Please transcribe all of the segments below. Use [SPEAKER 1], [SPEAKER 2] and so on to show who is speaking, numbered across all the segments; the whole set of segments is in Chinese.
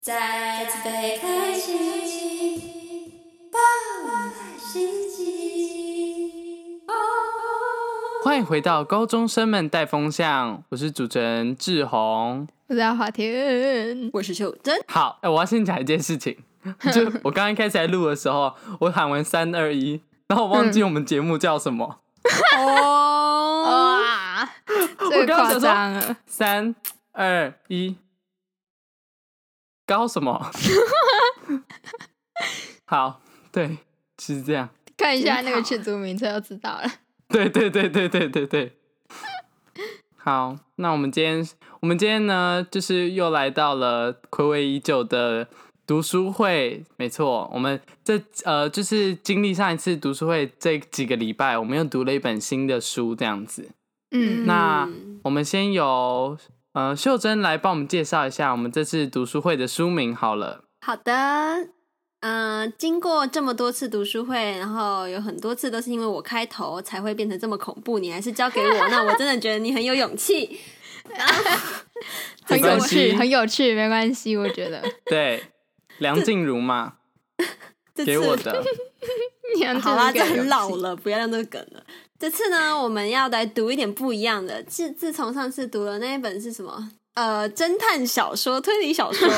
[SPEAKER 1] 再次被开启，爆满心机。
[SPEAKER 2] 欢迎回到高中生们带风向，我是主持人志宏。
[SPEAKER 3] 我是阿华田，
[SPEAKER 1] 我是秀珍，
[SPEAKER 2] 好，哎、我要先讲一件事情，就我刚刚开始在录的时候，我喊完三二一，然后我忘记我们节目叫什么，
[SPEAKER 1] 哦，
[SPEAKER 3] 嗯哇，这
[SPEAKER 2] 啊 我刚
[SPEAKER 3] 个
[SPEAKER 2] 刚想
[SPEAKER 3] 夸
[SPEAKER 2] 说
[SPEAKER 3] 张 了，
[SPEAKER 2] 三二一，高什么？好，对，是这样，
[SPEAKER 3] 看一下那
[SPEAKER 1] 挺好
[SPEAKER 3] 个群组名称就知道了。
[SPEAKER 2] 对对对对对对对。 好，那我们今天，我们今天呢，就是又来到了暌违已久的读书会。没错，我们这呃，就是经历上一次读书会这几个礼拜，我们又读了一本新的书，这样子。
[SPEAKER 3] 嗯，
[SPEAKER 2] 那我们先由呃秀珍来帮我们介绍一下我们这次读书会的书名好了。
[SPEAKER 1] 好的，嗯、经过这么多次读书会，然后有很多次都是因为我开头才会变成这么恐怖，你还是交给我，那我真的觉得你很有勇气。
[SPEAKER 3] 很
[SPEAKER 2] 没关
[SPEAKER 3] 有趣，
[SPEAKER 2] 系
[SPEAKER 3] 很有趣，没关系，我 觉得。
[SPEAKER 2] 对，梁静茹嘛，
[SPEAKER 1] 这次
[SPEAKER 2] 给我的。
[SPEAKER 3] 你要
[SPEAKER 1] 好啦，
[SPEAKER 3] 自
[SPEAKER 1] 这
[SPEAKER 3] 己给
[SPEAKER 1] 很
[SPEAKER 3] 勇
[SPEAKER 1] 老
[SPEAKER 3] 气
[SPEAKER 1] 了，不要让这个梗了。这次呢，我们要来读一点不一样的。自自从上次读了那一本是什么？呃，侦探小说、推理小 说。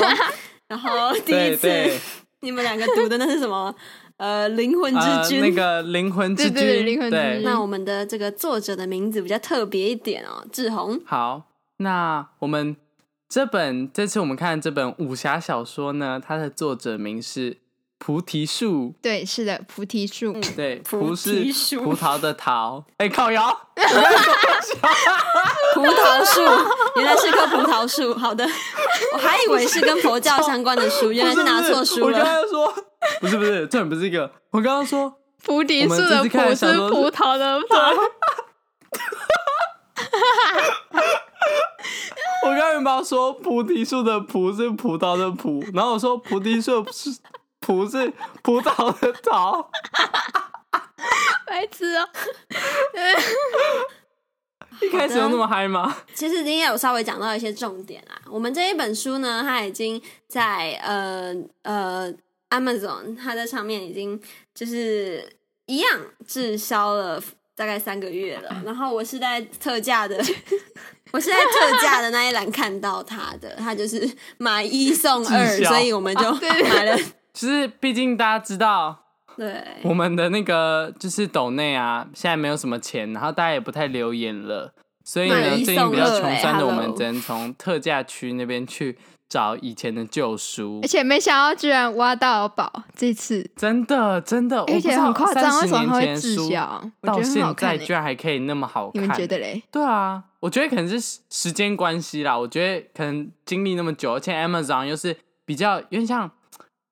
[SPEAKER 1] 然后第一
[SPEAKER 2] 对
[SPEAKER 1] 次
[SPEAKER 2] 对，
[SPEAKER 1] 你们两个读的那是什么？呃，灵魂
[SPEAKER 2] 呃
[SPEAKER 1] 之，君。
[SPEAKER 2] 那个灵魂之
[SPEAKER 3] 对对对
[SPEAKER 2] 君，
[SPEAKER 3] 灵魂之
[SPEAKER 2] 对
[SPEAKER 3] 君
[SPEAKER 1] 那我们的这个作者的名字比较特别一点哦，志宏。
[SPEAKER 2] 好，那我们这本这次我们看这本武侠小说呢，它的作者名是菩提树，
[SPEAKER 3] 对，是的，菩提树。
[SPEAKER 2] 对，
[SPEAKER 1] 菩
[SPEAKER 2] 菩是
[SPEAKER 1] 提树
[SPEAKER 2] 葡萄的桃，哎、靠摇，
[SPEAKER 1] 葡萄 树，原来是棵葡萄树。好的， 我还以为是跟佛教相关的 书， 原来
[SPEAKER 2] 不
[SPEAKER 1] 拿
[SPEAKER 2] 不
[SPEAKER 1] 错书
[SPEAKER 2] 我刚
[SPEAKER 1] 了。
[SPEAKER 2] 刚说，不是不是，这不是一个，我刚刚说
[SPEAKER 3] 菩提
[SPEAKER 2] 我
[SPEAKER 3] 树
[SPEAKER 2] 们这次
[SPEAKER 3] 的菩
[SPEAKER 2] 看的小
[SPEAKER 3] 是
[SPEAKER 2] 说是
[SPEAKER 3] 葡萄的葡，
[SPEAKER 2] 我刚原本要说菩提树的菩是葡萄的葡，然后我说菩提树的是葡是葡萄的桃，
[SPEAKER 3] 白痴哦。
[SPEAKER 2] 一开始有那么嗨吗？
[SPEAKER 1] 其实你也有稍微讲到一些重点啦。我们这一本书呢，它已经在呃呃 Amazon 它在上面已经就是一样滞销了大概三个月
[SPEAKER 2] 啊
[SPEAKER 1] 了。然后我是在特价的， 我是在特价的那一栏看到它的，它就是买一送二，
[SPEAKER 2] 滞销啊
[SPEAKER 1] 所以我们就
[SPEAKER 3] 对对
[SPEAKER 1] 买了。
[SPEAKER 2] 就是毕竟大家知道
[SPEAKER 1] 对，
[SPEAKER 2] 我们的那个就是抖内啊，现在没有什么钱，然后大家也不太留言了，所以
[SPEAKER 1] 买
[SPEAKER 2] 呢，
[SPEAKER 1] 一
[SPEAKER 2] 最近比较
[SPEAKER 1] 送二
[SPEAKER 2] 穷酸
[SPEAKER 1] 哎
[SPEAKER 2] 的我
[SPEAKER 1] ，hello
[SPEAKER 2] 们只能从特价区那边去找以前的旧书
[SPEAKER 3] 而，且没想到居然挖到宝，这次，
[SPEAKER 2] 真的真的，
[SPEAKER 3] 而且很夸张，
[SPEAKER 2] 三
[SPEAKER 3] 为
[SPEAKER 2] 十
[SPEAKER 3] 什么
[SPEAKER 2] 年前
[SPEAKER 3] 它会
[SPEAKER 2] 的
[SPEAKER 3] 滞
[SPEAKER 2] 书
[SPEAKER 3] 销？我觉
[SPEAKER 2] 到
[SPEAKER 3] 得很好
[SPEAKER 2] 现
[SPEAKER 3] 看
[SPEAKER 2] 在
[SPEAKER 3] 欸
[SPEAKER 2] 居然还可以那么好
[SPEAKER 3] 你
[SPEAKER 2] 看，
[SPEAKER 3] 们觉得嘞？
[SPEAKER 2] 对啊，我觉得可能是时时间关系啦。我觉得可能经历那么久，而且 Amazon 又是比较有点像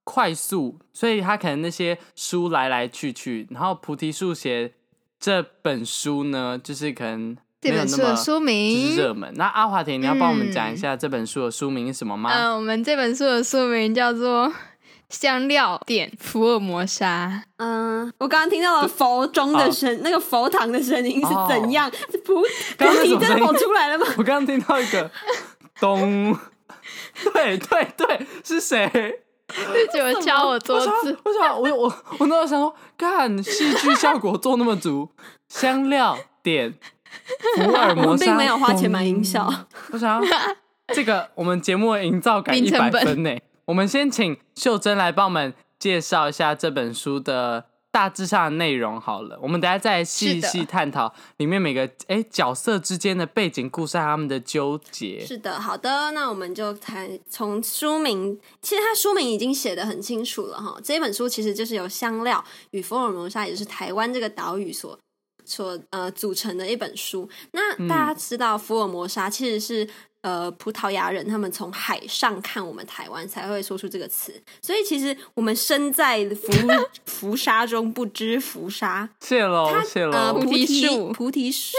[SPEAKER 2] 快速，所以它可能那些书来来去去。然后菩提树写这本书呢，就是可能
[SPEAKER 3] 这
[SPEAKER 2] 没有
[SPEAKER 3] 本
[SPEAKER 2] 那
[SPEAKER 3] 书
[SPEAKER 2] 么
[SPEAKER 3] 的书
[SPEAKER 2] 就是
[SPEAKER 3] 名，
[SPEAKER 2] 热门。那阿华田，你要帮我们讲一下这本书的书名是什么吗？
[SPEAKER 3] 嗯，我们这本书的书名叫做《香料店福尔摩 沙
[SPEAKER 1] 嗯，我刚刚听到了佛钟的声，那个佛堂的声音是怎样？是菩
[SPEAKER 2] 哦刚刚
[SPEAKER 1] 菩
[SPEAKER 2] 是
[SPEAKER 1] 提
[SPEAKER 2] 什
[SPEAKER 1] 真
[SPEAKER 2] 么
[SPEAKER 1] 的
[SPEAKER 2] 声音
[SPEAKER 1] 跑出来了吗？
[SPEAKER 2] 我刚刚听到一个 咚， 对对对，是谁？》，
[SPEAKER 3] 就结果敲我桌
[SPEAKER 2] 我想
[SPEAKER 3] 子，
[SPEAKER 2] 我想，我我我那时候想说，干戏剧效果做那么足，香料点福尔
[SPEAKER 1] 我
[SPEAKER 2] 摩
[SPEAKER 1] 们
[SPEAKER 2] 沙，
[SPEAKER 1] 并没有花钱买音效
[SPEAKER 2] 咚。。我想要这个我们节目的营造感
[SPEAKER 3] 零
[SPEAKER 2] 一百
[SPEAKER 3] 成本
[SPEAKER 2] 分呢。我们先请秀珍来帮我们介绍一下这本书的大致上的内容好了，我们等一下再细
[SPEAKER 3] 是的
[SPEAKER 2] 细探讨里面每个哎、角色之间的背景故事和他们的纠结。
[SPEAKER 1] 是的，好的，那我们就谈从书名，其实它书名已经写的很清楚了哈。这本书其实就是由香料与福尔摩沙，也就是台湾这个岛屿所所呃组成的一本书。那大家知道福尔摩沙其实是。呃，葡萄牙人他们从海上看我们台湾，才会说出这个词。所以其实我们身在 福福沙中不知福沙。
[SPEAKER 2] 谢喽，谢
[SPEAKER 1] 呃，
[SPEAKER 2] 喽
[SPEAKER 1] 菩。
[SPEAKER 3] 提
[SPEAKER 1] 提
[SPEAKER 3] 树
[SPEAKER 1] 菩提树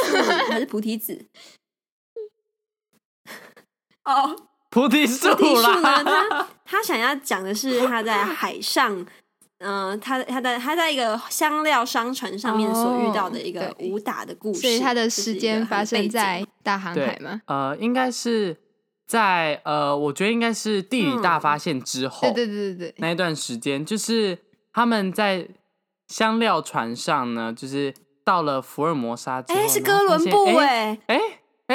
[SPEAKER 1] 还是菩提 子？哦，
[SPEAKER 2] 菩提树
[SPEAKER 1] 菩提树呢？
[SPEAKER 2] 啦，
[SPEAKER 1] 他他想要讲的是他在海上，嗯、他他在他在一个香料商船上面所遇到的一个
[SPEAKER 3] 哦对
[SPEAKER 1] 武打的故事，
[SPEAKER 3] 所以它的
[SPEAKER 1] 就是
[SPEAKER 3] 时
[SPEAKER 1] 一个
[SPEAKER 3] 间发
[SPEAKER 1] 很背
[SPEAKER 3] 生
[SPEAKER 1] 景
[SPEAKER 3] 在大航海吗？
[SPEAKER 2] 呃，应该是在呃，我觉得应该是地理大发现之后，
[SPEAKER 3] 对对对对对，
[SPEAKER 2] 那一段时间，就是他们在香料船上呢，就是到了福尔摩沙之后，
[SPEAKER 1] 哎，是
[SPEAKER 2] 然
[SPEAKER 1] 哥
[SPEAKER 2] 后发
[SPEAKER 1] 伦
[SPEAKER 2] 现
[SPEAKER 1] 布
[SPEAKER 2] 哎
[SPEAKER 1] 哎，
[SPEAKER 2] 哎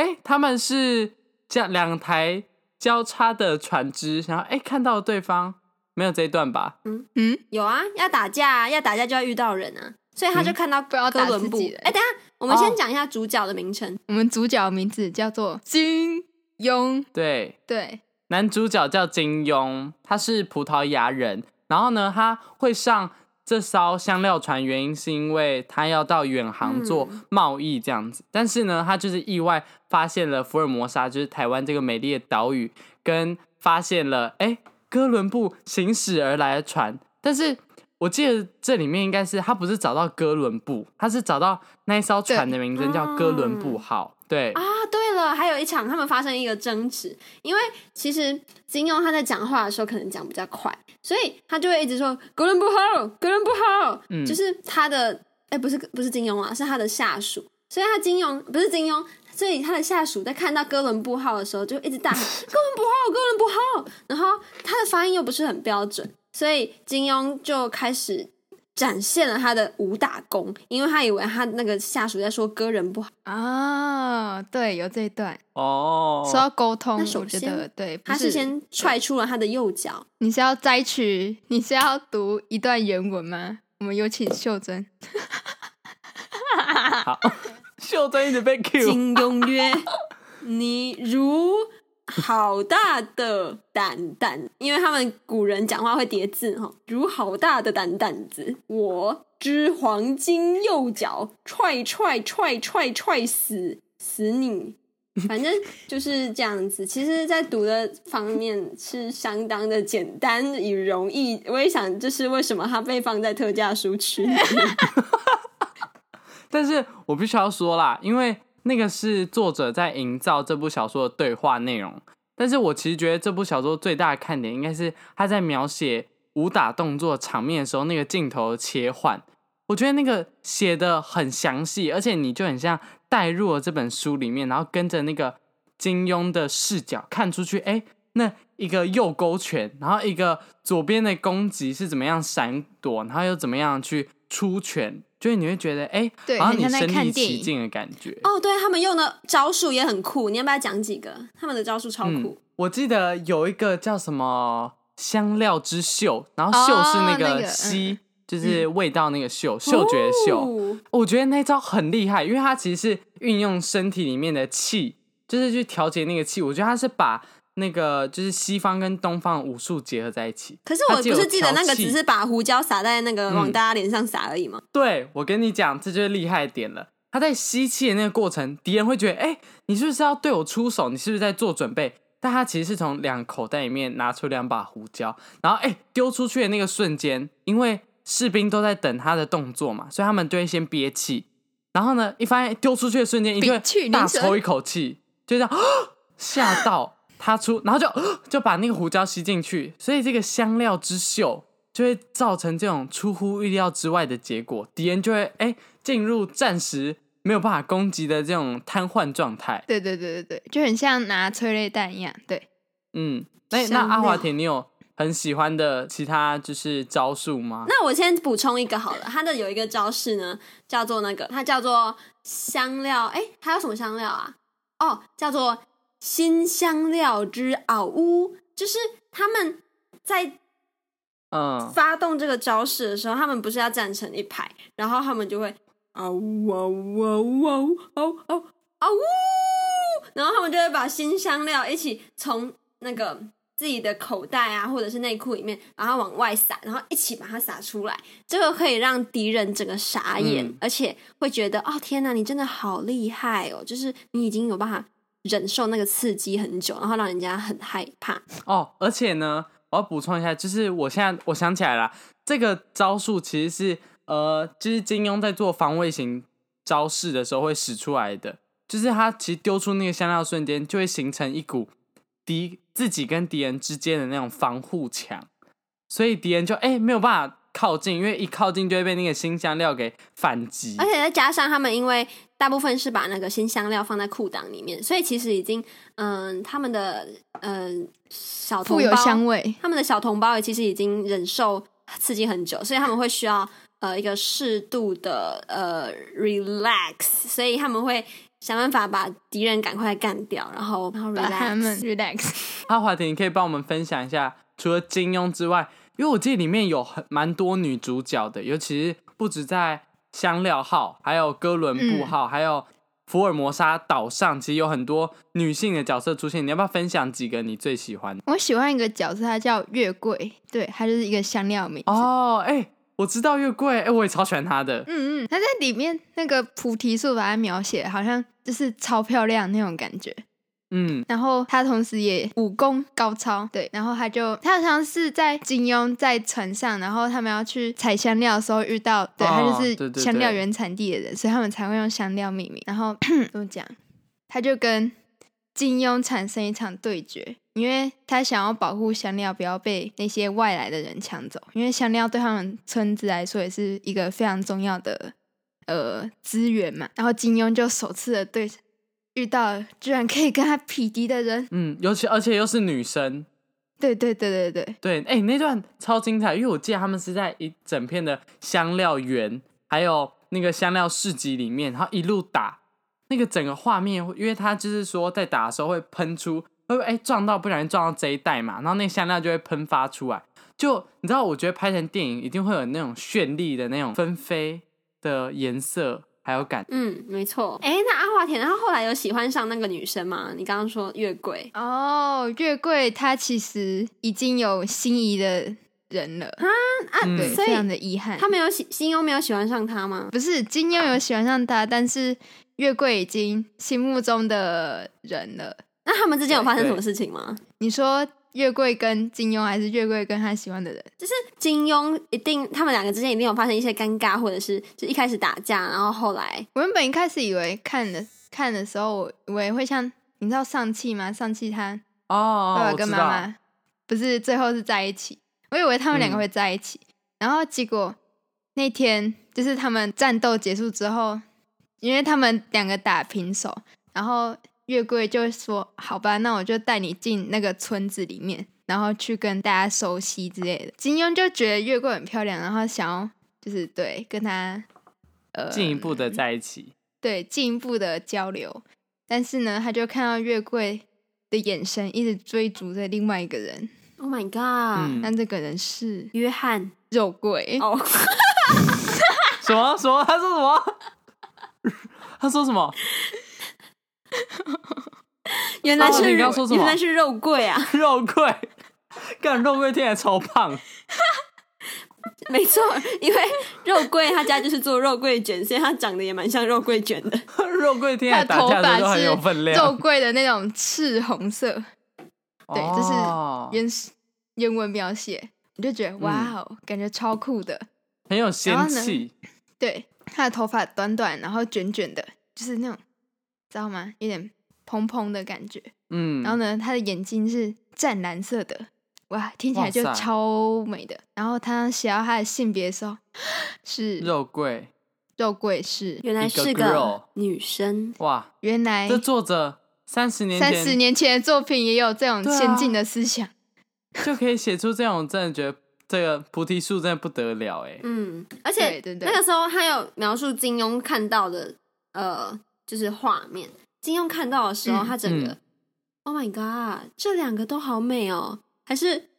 [SPEAKER 2] 哎，他们是这样两台交叉的船只，然后哎看到对方没有这一段吧？
[SPEAKER 3] 嗯，
[SPEAKER 1] 有啊，要打架啊，要打架就要遇到人啊，所以他就看到
[SPEAKER 3] 嗯不要
[SPEAKER 1] 哥
[SPEAKER 3] 打
[SPEAKER 1] 伦
[SPEAKER 3] 自
[SPEAKER 1] 布
[SPEAKER 3] 己人。
[SPEAKER 1] 哎，等一下，我们
[SPEAKER 2] 哦
[SPEAKER 1] 先讲一下主角的名称。
[SPEAKER 3] 我们主角名字叫做金庸，
[SPEAKER 2] 对，
[SPEAKER 3] 对，
[SPEAKER 2] 男主角叫金庸，他是葡萄牙人。然后呢，他会上这艘香料船，原因是因为他要到远航做
[SPEAKER 3] 嗯
[SPEAKER 2] 贸易这样子。但是呢，他就是意外发现了福尔摩沙，就是台湾这个美丽的岛屿，跟发现了哎哥伦布行驶而来的船。但是我记得这里面应该是他不是找到哥伦布，他是找到那一艘船的名称叫哥伦布号。对，
[SPEAKER 1] 啊，对了，还有一场他们发生一个争执，因为其实金庸他在讲话的时候可能讲比较快，所以他就会一直说哥伦布号，哥伦布号，
[SPEAKER 2] 嗯
[SPEAKER 1] 就是他的哎不是不是金庸啊，是他的下属，所以他金庸不是金庸。所以他的下属在看到哥伦布号的时候，就一直大 喊“哥伦布号，哥伦布号”，然后他的发音又不是很标准，所以金庸就开始展现了他的武打功，因为他以为他那个下属在说哥伦布
[SPEAKER 3] 啊、对，有这一段。
[SPEAKER 2] 哦，
[SPEAKER 3] 说到沟通，
[SPEAKER 1] 那首
[SPEAKER 3] 我觉
[SPEAKER 1] 先
[SPEAKER 3] 得对，不
[SPEAKER 1] 他是先踹出了他的右 脚，
[SPEAKER 3] 你是要摘取，你是要读一段原文吗？我们有请秀珍。
[SPEAKER 2] 秀珍一直被
[SPEAKER 3] 哎
[SPEAKER 2] Q，
[SPEAKER 1] 金庸曰：“ 你如好大的胆胆，因为他们古人讲话会叠字哈，如好大的胆胆子，我之黄金右脚踹踹踹踹踹死死 你。”反正就是这样子。其实，在读的方面是相当的简单与容易。我也想，这是为什么它被放在特价书区里面。
[SPEAKER 2] 但是我必须要说啦，因为那个是作者在营造这部小说的对话内容。但是我其实觉得这部小说最大的看点，应该是他在描写武打动作场面的时候，那个镜头的切换，我觉得那个写的很详细，而且你就很像带入了这本书里面，然后跟着那个金庸的视角看出去，哎、那一个右勾拳，然后一个左边的攻击是怎么样闪躲，然后又怎么样去出拳，就是你会觉得，哎、
[SPEAKER 3] 对
[SPEAKER 2] 好像
[SPEAKER 3] 很
[SPEAKER 2] 你
[SPEAKER 3] 像在
[SPEAKER 2] 身
[SPEAKER 3] 看
[SPEAKER 2] 临
[SPEAKER 3] 电
[SPEAKER 2] 其
[SPEAKER 3] 影
[SPEAKER 2] 境的感觉。
[SPEAKER 1] 哦，对他们用的招数也很酷，你要不要讲几个？他们的招数超酷
[SPEAKER 2] 嗯，我记得有一个叫什么香料之嗅，然后嗅是那
[SPEAKER 3] 哦那
[SPEAKER 1] 嗯
[SPEAKER 2] 个
[SPEAKER 3] 个
[SPEAKER 2] 吸，就是味道那个嗅，嗯嗅觉的嗅。
[SPEAKER 1] 哦
[SPEAKER 2] 我觉得那招很厉害，因为它其实是运用身体里面的气，就是去调节那个气。我觉得它是把那个就是西方跟东方武术结合在一起。
[SPEAKER 1] 可是
[SPEAKER 2] 它
[SPEAKER 1] 我
[SPEAKER 2] 既有
[SPEAKER 1] 不是记得
[SPEAKER 2] 调
[SPEAKER 1] 那个
[SPEAKER 2] 气
[SPEAKER 1] 只是把胡椒撒在那个往
[SPEAKER 2] 嗯
[SPEAKER 1] 大家脸上撒而已吗？
[SPEAKER 2] 对，我跟你讲，这就是厉害点了。他在吸气的那个过程，敌人会觉得，哎、你是不是要对我出手？你是不是在做准备？但他其实是从两口袋里面拿出两把胡椒，然后哎、丢出去的那个瞬间，因为士兵都在等他的动作嘛，所以他们就会先憋气。然后呢，一发现丢出去的瞬间，一定
[SPEAKER 3] 屏气
[SPEAKER 2] 会
[SPEAKER 3] 凝
[SPEAKER 2] 大
[SPEAKER 3] 神
[SPEAKER 2] 抽一口气，就这样 吓到他出，然后就 就把那个胡椒吸进去，所以这个香料之秀就会造成这种出乎意料之外的结果，敌人就会哎进入暂时没有办法攻击的这种瘫痪状态。
[SPEAKER 3] 对对对对对，就很像拿催泪弹一样。对，
[SPEAKER 2] 嗯，那那
[SPEAKER 1] 香料
[SPEAKER 2] 阿华田，你有很喜欢的其他就是招数吗？
[SPEAKER 1] 那我先补充一个好了，它的有一个招式呢，叫做那个，它叫做香料，哎，还有什么香料啊？哦，叫做新香料之嗷呜，就是他们在
[SPEAKER 2] 嗯，
[SPEAKER 1] 发动这个招式的时候，他们不是要站成一排，然后他们就会嗷呜嗷呜嗷呜嗷呜嗷呜嗷呜嗷呜，然后他们就会把新香料一起从那个自己的口袋啊，或者是内裤里面，然后往外撒，然后一起把它撒出来。这个可以让敌人整个傻眼，
[SPEAKER 2] 嗯
[SPEAKER 1] 而且会觉得哦天哪，你真的好厉害哦！就是你已经有办法忍受那个刺激很久，然后让人家很害怕。
[SPEAKER 2] 哦，而且呢，我要补充一下，就是我现在我想起来了，这个招数其实是呃，就是金庸在做防卫型招式的时候会使出来的，就是他其实丢出那个香料的瞬间，就会形成一股敌自己跟敌人之间的那种防护墙，所以敌人就哎、没有办法靠近，因为一靠近就会被那个新香料给反击
[SPEAKER 1] 而。且再加上他们，因为大部分是把那个新香料放在裤裆里面，所以其实已经嗯，他们的嗯小同
[SPEAKER 3] 富有
[SPEAKER 1] 胞，
[SPEAKER 3] 香味，
[SPEAKER 1] 他们的小同胞其实已经忍受刺激很久，所以他们会需要呃一个适度的呃 relax，所以他们会想办法把敌人赶快干掉，然后然后
[SPEAKER 3] 把他
[SPEAKER 1] relax。
[SPEAKER 3] 们 relax。
[SPEAKER 2] 阿华田，你可以帮我们分享一下，除了金庸之外，因为我记得里面有很蛮多女主角的，尤其是不止在香料号、还有哥伦布号、还有福尔摩沙岛上，其实有很多女性的角色出现。你要不要分享几个你最喜欢的？
[SPEAKER 3] 我喜欢一个角色，他叫月桂，对，他就是一个香料名字。
[SPEAKER 2] 哦，哎、我知道月桂，哎、我也超喜欢她的。
[SPEAKER 3] 嗯嗯，他在里面那个菩提树把它描写得好像就是超漂亮那种感觉，
[SPEAKER 2] 嗯，
[SPEAKER 3] 然后他同时也武功高超，对，然后他就他好像是在金庸在船上，然后他们要去采香料的时候遇到，对、
[SPEAKER 2] 哦
[SPEAKER 3] 他
[SPEAKER 2] 对对
[SPEAKER 3] 就是
[SPEAKER 2] 对
[SPEAKER 3] 香料原产地的人，所以他们才会用香料命名。然 后怎么讲，他就跟金庸产生一场对决，因为他想要保护香料不要被那些外来的人抢走，因为香料对他们村子来说也是一个非常重要的呃资源嘛。然后金庸就首次的对遇到了居然可以跟他匹敌的人，
[SPEAKER 2] 嗯，尤其而且又是女生，
[SPEAKER 3] 对对对对对，
[SPEAKER 2] 对，哎、那段超精彩，因为我记得他们是在一整片的香料园，还有那个香料市集里面，然后一路打，那个整个画面，因为他就是说在打的时候会喷出，会哎、撞到，不小心撞到这一带嘛，然后那个香料就会喷发出来。就你知道，我觉得拍成电影一定会有那种绚丽的那种纷飞的颜色，还有感。
[SPEAKER 1] 嗯，没错。哎，那阿华田，他后来有喜欢上那个女生吗？你刚刚说月桂
[SPEAKER 3] 哦，月桂她其实已经有心仪的人了，
[SPEAKER 1] 啊，
[SPEAKER 2] 嗯
[SPEAKER 3] 对，
[SPEAKER 1] 所以
[SPEAKER 3] 非常的遗憾。
[SPEAKER 1] 他没有喜金庸没有喜欢上他吗？
[SPEAKER 3] 不是金庸有喜欢上他，但是月桂已经心目中的人了。
[SPEAKER 1] 那他们之间有发生
[SPEAKER 2] 对
[SPEAKER 1] 什么事情吗？
[SPEAKER 3] 你说月桂跟金庸，还是月桂跟他喜欢的人？
[SPEAKER 1] 就是金庸一定，他们两个之间一定有发生一些尴尬，或者是就一开始打架，然后后来
[SPEAKER 3] 我原本一开始以为看的看的时候，我以为会像你知道上气吗？上气他
[SPEAKER 2] 哦哦，
[SPEAKER 3] 爸爸
[SPEAKER 2] 我
[SPEAKER 3] 跟
[SPEAKER 2] 知
[SPEAKER 3] 妈
[SPEAKER 2] 道
[SPEAKER 3] 妈不是最后是在一起，我以为他们
[SPEAKER 2] 嗯
[SPEAKER 3] 两个会在一起，然后结果那天就是他们战斗结束之后，因为他们两个打平手，然后月桂就说：“好吧，那我就带你进那个村子里面，然后去跟大家熟悉之类的。”金庸就觉得月桂很漂亮，然后想要就是对跟她呃
[SPEAKER 2] 进一步的在一起。
[SPEAKER 3] 对进一步的交流。但是呢，他就看到月桂的眼神一直追逐着另外一个人，
[SPEAKER 1] ，Oh my God，、
[SPEAKER 2] 嗯
[SPEAKER 3] 那这个人是
[SPEAKER 1] 约翰
[SPEAKER 3] 肉桂。
[SPEAKER 1] 哦，
[SPEAKER 2] 什么什么？他说什么？ 他说什么？
[SPEAKER 1] 原来是、
[SPEAKER 2] 哦你刚刚说什么
[SPEAKER 1] 原来是肉桂啊，
[SPEAKER 2] 肉桂，干肉桂听起来超胖。
[SPEAKER 1] 没错，因为肉桂他家就是做肉桂卷，所以他长得也蛮像肉桂卷的。
[SPEAKER 2] 肉桂听起
[SPEAKER 3] 他
[SPEAKER 2] 来
[SPEAKER 3] 的
[SPEAKER 2] 打
[SPEAKER 3] 头
[SPEAKER 2] 架的
[SPEAKER 3] 发
[SPEAKER 2] 时候很
[SPEAKER 3] 是
[SPEAKER 2] 有分量。
[SPEAKER 3] 肉桂的那种赤红色，对这是
[SPEAKER 2] 哦嗯
[SPEAKER 3] 原原文描写，你就觉得哇哦，感觉超酷的。
[SPEAKER 2] 很有
[SPEAKER 3] 然
[SPEAKER 2] 仙
[SPEAKER 3] 后呢
[SPEAKER 2] 气。
[SPEAKER 3] 对，他的头发短短，然后卷卷的，就是那种知道吗？有点蓬蓬的感觉。
[SPEAKER 2] 嗯，
[SPEAKER 3] 然后呢，他的眼睛是湛蓝色的，哇，听起来就
[SPEAKER 2] 哇塞
[SPEAKER 3] 超美的。然后他写到他的性别的时候， 是
[SPEAKER 2] 肉桂，
[SPEAKER 3] 肉桂是
[SPEAKER 1] 原来是
[SPEAKER 2] 一个 girl
[SPEAKER 1] 个女生，
[SPEAKER 2] 哇，
[SPEAKER 3] 原来
[SPEAKER 2] 这作者三十年
[SPEAKER 3] 哎三十
[SPEAKER 2] 前
[SPEAKER 3] 年前的作品也有这种
[SPEAKER 2] 对啊
[SPEAKER 3] 先进的思想。
[SPEAKER 2] 就可以写出这种，我真的觉得这个菩提树真的不得了哎。
[SPEAKER 1] 嗯，而
[SPEAKER 3] 对
[SPEAKER 1] 且
[SPEAKER 3] 对对
[SPEAKER 1] 那个时候他有描述金庸看到的呃，就是画面。金庸看到的时候，
[SPEAKER 3] 嗯
[SPEAKER 1] 他整个、
[SPEAKER 2] 嗯
[SPEAKER 1] o h my God，这两个都好美哦。还是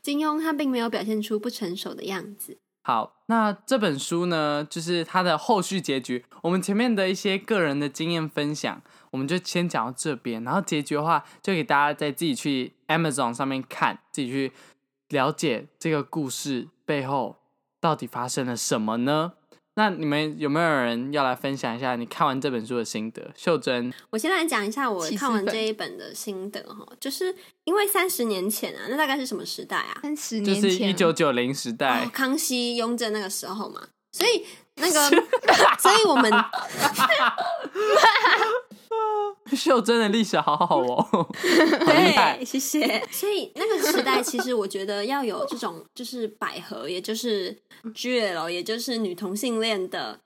[SPEAKER 1] 金庸他并没有表现出不成熟的样子。
[SPEAKER 2] 好，那这本书呢，就是它的后续结局。我们前面的一些个人的经验分享，我们就先讲到这边。然后结局的话，就给大家再自己去 Amazon 上面看，自己去了解这个故事背后到底发生了什么呢？那你们有没有人要来分享一下你看完这本书的心得？秀珍，
[SPEAKER 1] 我先来讲一下我
[SPEAKER 3] 起司
[SPEAKER 1] 看完
[SPEAKER 3] 粉
[SPEAKER 1] 这一本的心得哈，就是因为三十年前啊，那大概是什么时代啊？
[SPEAKER 3] 三十
[SPEAKER 2] 就
[SPEAKER 3] 年
[SPEAKER 2] 是
[SPEAKER 3] 前，
[SPEAKER 2] 一九九零时代
[SPEAKER 1] 哦，康熙、雍正那个时候嘛，所以那个，所以我们，
[SPEAKER 2] 秀珍的历史好好哦，很厉害
[SPEAKER 1] 哎对，。谢谢。 所以那个时代，其实我觉得要有这种就是百合，也就是 GL，也就是女同性恋的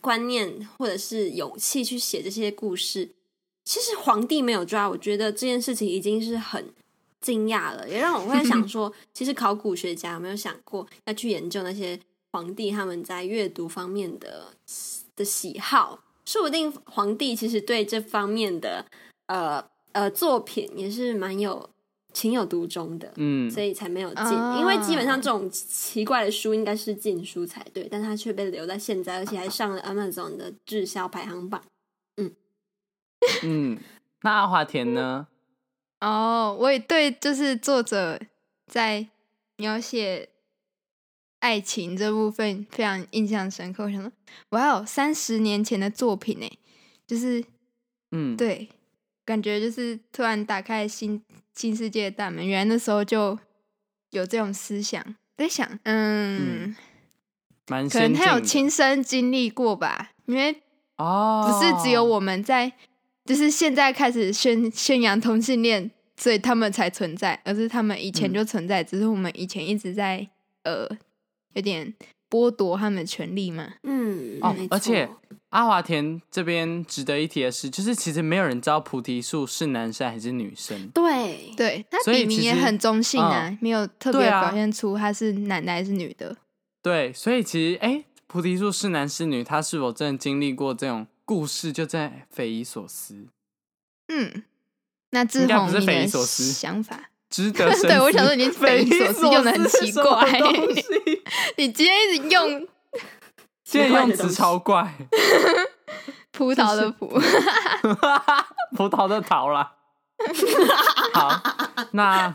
[SPEAKER 1] 观念或者是勇气去写这些故事。其实皇帝没有抓，我觉得这件事情已经是很惊讶了，也让我会想说，其实考古学家有没有想过要去研究那些皇帝他们在阅读方面的的喜好？说不定皇帝其实对这方面的呃呃作品也是蛮有情有独钟的，
[SPEAKER 2] 嗯，
[SPEAKER 1] 所以才没有禁。
[SPEAKER 3] 啊
[SPEAKER 1] 因为基本上这种奇怪的书应该是禁书才对，但它却被留在现在，而且还上了 Amazon 的滞销排行榜。
[SPEAKER 2] 嗯，那阿华田呢？
[SPEAKER 3] 哦，我也对，就是作者在描写爱情这部分非常印象深刻。我想说，哇哦，三十年前的作品呢，就是
[SPEAKER 2] 嗯，，
[SPEAKER 3] 对，感觉就是突然打开新新世界的大门。原来那时候就有这种思想，在想，嗯，
[SPEAKER 2] 蛮
[SPEAKER 3] 可能
[SPEAKER 2] 先
[SPEAKER 3] 他
[SPEAKER 2] 进
[SPEAKER 3] 有
[SPEAKER 2] 的
[SPEAKER 3] 亲身经历过吧，因为
[SPEAKER 2] 哦，
[SPEAKER 3] 不是只有我们在，就是现在开始宣宣扬同性恋，所以他们才存在，而是他们以前
[SPEAKER 2] 嗯
[SPEAKER 3] 就存在，只是我们以前一直在呃，有点剥夺他们的权利嘛。
[SPEAKER 1] 嗯，
[SPEAKER 2] 哦
[SPEAKER 1] 没，错
[SPEAKER 2] 而且阿华田这边值得一提的是，就是其实没有人知道菩提树是男生还是女生。
[SPEAKER 1] 对，
[SPEAKER 3] 对，他
[SPEAKER 2] 所以
[SPEAKER 3] 笔名
[SPEAKER 2] 其
[SPEAKER 3] 也
[SPEAKER 2] 实
[SPEAKER 3] 很中性啊，没有特别
[SPEAKER 2] 对啊
[SPEAKER 3] 表现出他是男的还是女的。
[SPEAKER 2] 对，所以其实哎、菩提树是男是女，他是否真的经历过这种故事，就真的匪夷所思，
[SPEAKER 3] 嗯，那志
[SPEAKER 2] 应该
[SPEAKER 3] 宏，
[SPEAKER 2] 不是
[SPEAKER 3] 你
[SPEAKER 2] 匪夷
[SPEAKER 3] 的
[SPEAKER 2] 所思
[SPEAKER 3] 想法？
[SPEAKER 2] 值得深思。
[SPEAKER 3] 对我想说你
[SPEAKER 2] 匪
[SPEAKER 3] 匪夷所思用得很奇
[SPEAKER 2] 是什么
[SPEAKER 3] 怪
[SPEAKER 2] 东 西
[SPEAKER 3] 你今天一直用
[SPEAKER 2] 今天用
[SPEAKER 1] 奇怪的东
[SPEAKER 2] 词
[SPEAKER 1] 西
[SPEAKER 2] 超怪，
[SPEAKER 3] 葡萄的 葡，
[SPEAKER 2] 葡萄的桃啦。好，那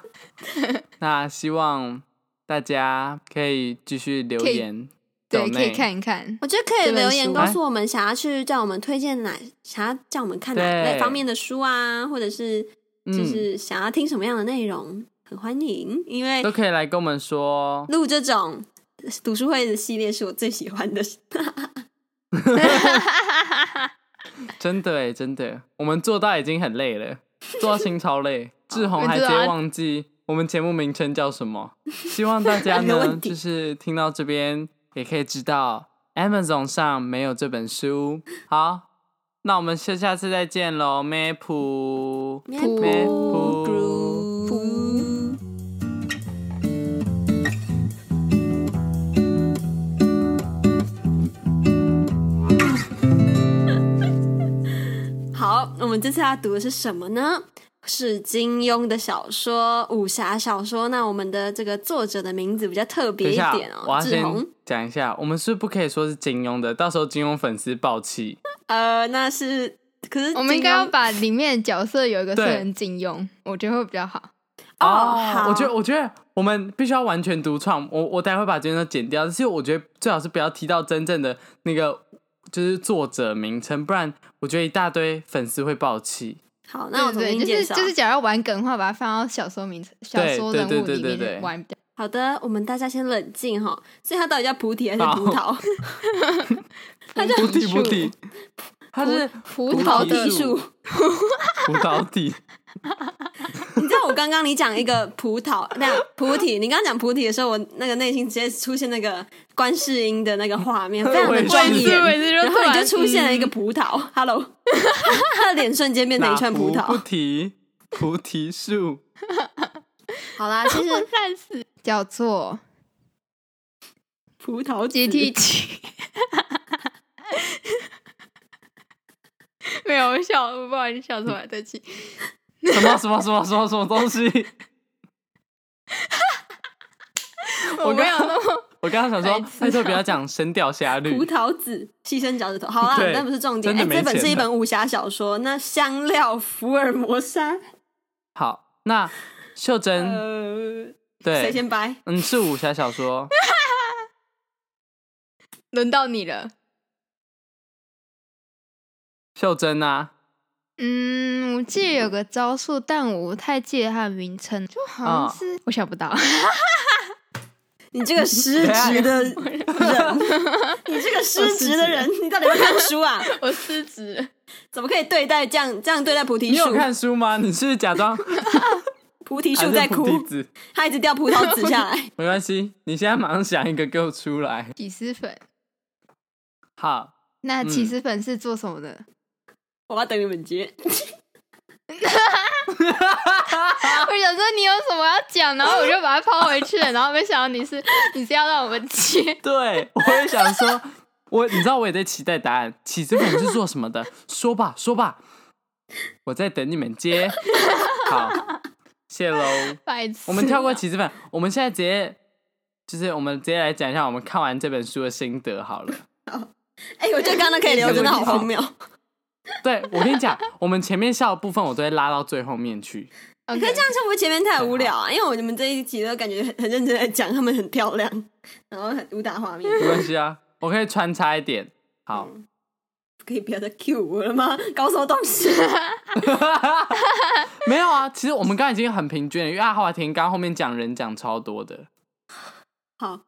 [SPEAKER 2] 那希望大家可以继续留
[SPEAKER 3] 可以
[SPEAKER 2] 言，
[SPEAKER 3] 对，可以
[SPEAKER 2] 抖内
[SPEAKER 3] 看一看。
[SPEAKER 1] 我觉得可以
[SPEAKER 3] 这本
[SPEAKER 1] 留言
[SPEAKER 3] 书
[SPEAKER 2] 哎
[SPEAKER 1] 告诉我们，想要去叫我们推荐哪，想要叫我们看哪
[SPEAKER 2] 对
[SPEAKER 1] 类方面的书啊，或者是就
[SPEAKER 2] 嗯
[SPEAKER 1] 是想要听什么样的内容，很欢迎。因为
[SPEAKER 2] 都可以来跟我们说。
[SPEAKER 1] 录这种读书会的系列是我最喜欢的。
[SPEAKER 2] 真的哎，真的，我们做到已经很累 了，做到心超累。志宏还直接忘记我们节目名称叫 什么。希望大家
[SPEAKER 1] 没
[SPEAKER 2] 呢，
[SPEAKER 1] 问题
[SPEAKER 2] 就是听到这边也可以知道 Amazon 上没有这本书。好，那我们下下次再见喽，咩普。
[SPEAKER 1] 噗
[SPEAKER 2] 噗
[SPEAKER 1] 噗好，我们这次要读的是什么呢？是金庸的小说，武侠小说。那我们的这个作者的名字比较特别
[SPEAKER 2] 等一
[SPEAKER 1] 一
[SPEAKER 2] 下
[SPEAKER 1] 点，
[SPEAKER 2] 我
[SPEAKER 1] 哦，
[SPEAKER 2] 要
[SPEAKER 1] 志
[SPEAKER 2] 先
[SPEAKER 1] 宏。
[SPEAKER 2] 讲一下，我们是不可以说是金庸的，到时候金庸粉丝暴气。
[SPEAKER 1] 呃，那是，可是
[SPEAKER 3] 我们应该
[SPEAKER 1] 金庸
[SPEAKER 3] 要把里面的角色有一个设
[SPEAKER 2] 对
[SPEAKER 3] 成金庸，我觉得会比较好。
[SPEAKER 1] 哦
[SPEAKER 2] 我
[SPEAKER 1] 好
[SPEAKER 2] 觉得我觉得我们必须要完全独创。我我待会把这些都剪掉，但是我觉得最好是不要提到真正的那个就是作者名称，不然我觉得一大堆粉丝会 爆气。
[SPEAKER 1] 好，那我重
[SPEAKER 3] 对
[SPEAKER 1] 新
[SPEAKER 3] 对
[SPEAKER 1] 介
[SPEAKER 3] 对，
[SPEAKER 1] 绍。
[SPEAKER 3] 就是就是，假如要玩梗的话，把它放到小说名、小说人物里
[SPEAKER 2] 对对对对对
[SPEAKER 3] 面玩比较。
[SPEAKER 1] 好的，我们大家先冷静哈。所以它到底叫菩提还是葡萄？
[SPEAKER 2] 菩提菩 提，它是
[SPEAKER 3] 葡
[SPEAKER 2] 葡
[SPEAKER 3] 葡
[SPEAKER 2] 萄
[SPEAKER 1] 地
[SPEAKER 3] 萄的
[SPEAKER 1] 树。
[SPEAKER 2] 树葡萄 地，
[SPEAKER 1] 你知道我刚刚你讲一个葡萄，那菩提，你刚刚讲菩提的时候，我那个内心直接出现那个观世音的那个画面，非常的
[SPEAKER 2] 我
[SPEAKER 1] 庄
[SPEAKER 2] 也是
[SPEAKER 1] 严。
[SPEAKER 3] 是
[SPEAKER 1] 然后你就
[SPEAKER 3] 然
[SPEAKER 1] 出现了
[SPEAKER 3] 嗯
[SPEAKER 1] 一个葡萄、h e l l o 他的脸瞬间变成一串葡
[SPEAKER 2] 哪菩
[SPEAKER 1] 萄。
[SPEAKER 2] 提菩提树，
[SPEAKER 1] 好啦，其 实
[SPEAKER 3] 烂死，叫做
[SPEAKER 1] 葡萄
[SPEAKER 3] 阶梯器。 没有，我笑，我不好意思笑出来，对不起。
[SPEAKER 2] 什么什么什么什么什么东西？
[SPEAKER 3] 嗯我没有
[SPEAKER 2] 刚
[SPEAKER 3] 那么
[SPEAKER 2] 我刚刚想说
[SPEAKER 3] 白，痴
[SPEAKER 2] 拜托不要讲《神雕侠 侣
[SPEAKER 1] 葡》，萄籽，牺牲脚趾头。好啦
[SPEAKER 2] 对，
[SPEAKER 1] 但不是重点。
[SPEAKER 2] 真的
[SPEAKER 1] 哎，
[SPEAKER 2] 没
[SPEAKER 1] 这本
[SPEAKER 2] 钱
[SPEAKER 1] 是一
[SPEAKER 2] 的
[SPEAKER 1] 本武侠小说，那香料福尔摩沙，
[SPEAKER 2] 好，那秀珍
[SPEAKER 1] 呃，谁
[SPEAKER 2] 嗯对，
[SPEAKER 1] 先掰？
[SPEAKER 2] 嗯，是武侠 小说。
[SPEAKER 3] 轮到你了。
[SPEAKER 2] 秀珍啊，
[SPEAKER 3] 嗯，我记得有个招数，但我不太记得它的名称，就好
[SPEAKER 2] 啊
[SPEAKER 3] 像是、我想不到。
[SPEAKER 1] 你这个失职 的人， 你这个失职的人，你到底要不要看书啊？
[SPEAKER 3] 我失职了。
[SPEAKER 1] 怎么可以对待这样这样对待菩提
[SPEAKER 2] 你有
[SPEAKER 1] 树？
[SPEAKER 2] 看书吗？你是假装
[SPEAKER 1] 菩提
[SPEAKER 2] 还
[SPEAKER 1] 树
[SPEAKER 2] 是
[SPEAKER 1] 在
[SPEAKER 2] 菩
[SPEAKER 1] 哭
[SPEAKER 2] 提，子？
[SPEAKER 1] 它一直掉葡萄籽下 来。
[SPEAKER 2] 没关系，你现在马上想一个给我出来。
[SPEAKER 3] 起司粉。
[SPEAKER 2] 好，
[SPEAKER 3] 那
[SPEAKER 2] 嗯
[SPEAKER 3] 起司粉是做什么的？
[SPEAKER 1] 我要等你们接。
[SPEAKER 3] 我想说你有什么要讲，然后我就把它抛回去了，然后没想到你是你是要让我们接，
[SPEAKER 2] 对，我也想说，我你知道我也在期待答案。起司粉是做什么的？说吧，说吧，我在等你们接。好，谢喽。
[SPEAKER 3] 白痴。啊
[SPEAKER 2] 我们跳过
[SPEAKER 1] 啊
[SPEAKER 2] 起司粉，我们现在直接就是我们直接来讲一下我们看完这本书的心得好了。
[SPEAKER 1] 哎、我觉得刚刚可以 留，真的好荒谬。
[SPEAKER 2] 对我跟你讲，我们前面笑的部分我都会拉到最后面去。
[SPEAKER 3] OK，
[SPEAKER 1] 可是这样是不是前面太无聊啊？因为我们这一集都感觉很很认真在讲，他们很漂亮，然后很武打画面，
[SPEAKER 2] 没关系啊，我可以穿插一点。好，
[SPEAKER 1] 可以不要再 cue 我了吗？搞什么东西？
[SPEAKER 2] 没有啊，其实我们刚刚已经很平均了，因为阿华田刚刚后面讲人讲超多的。
[SPEAKER 1] 好，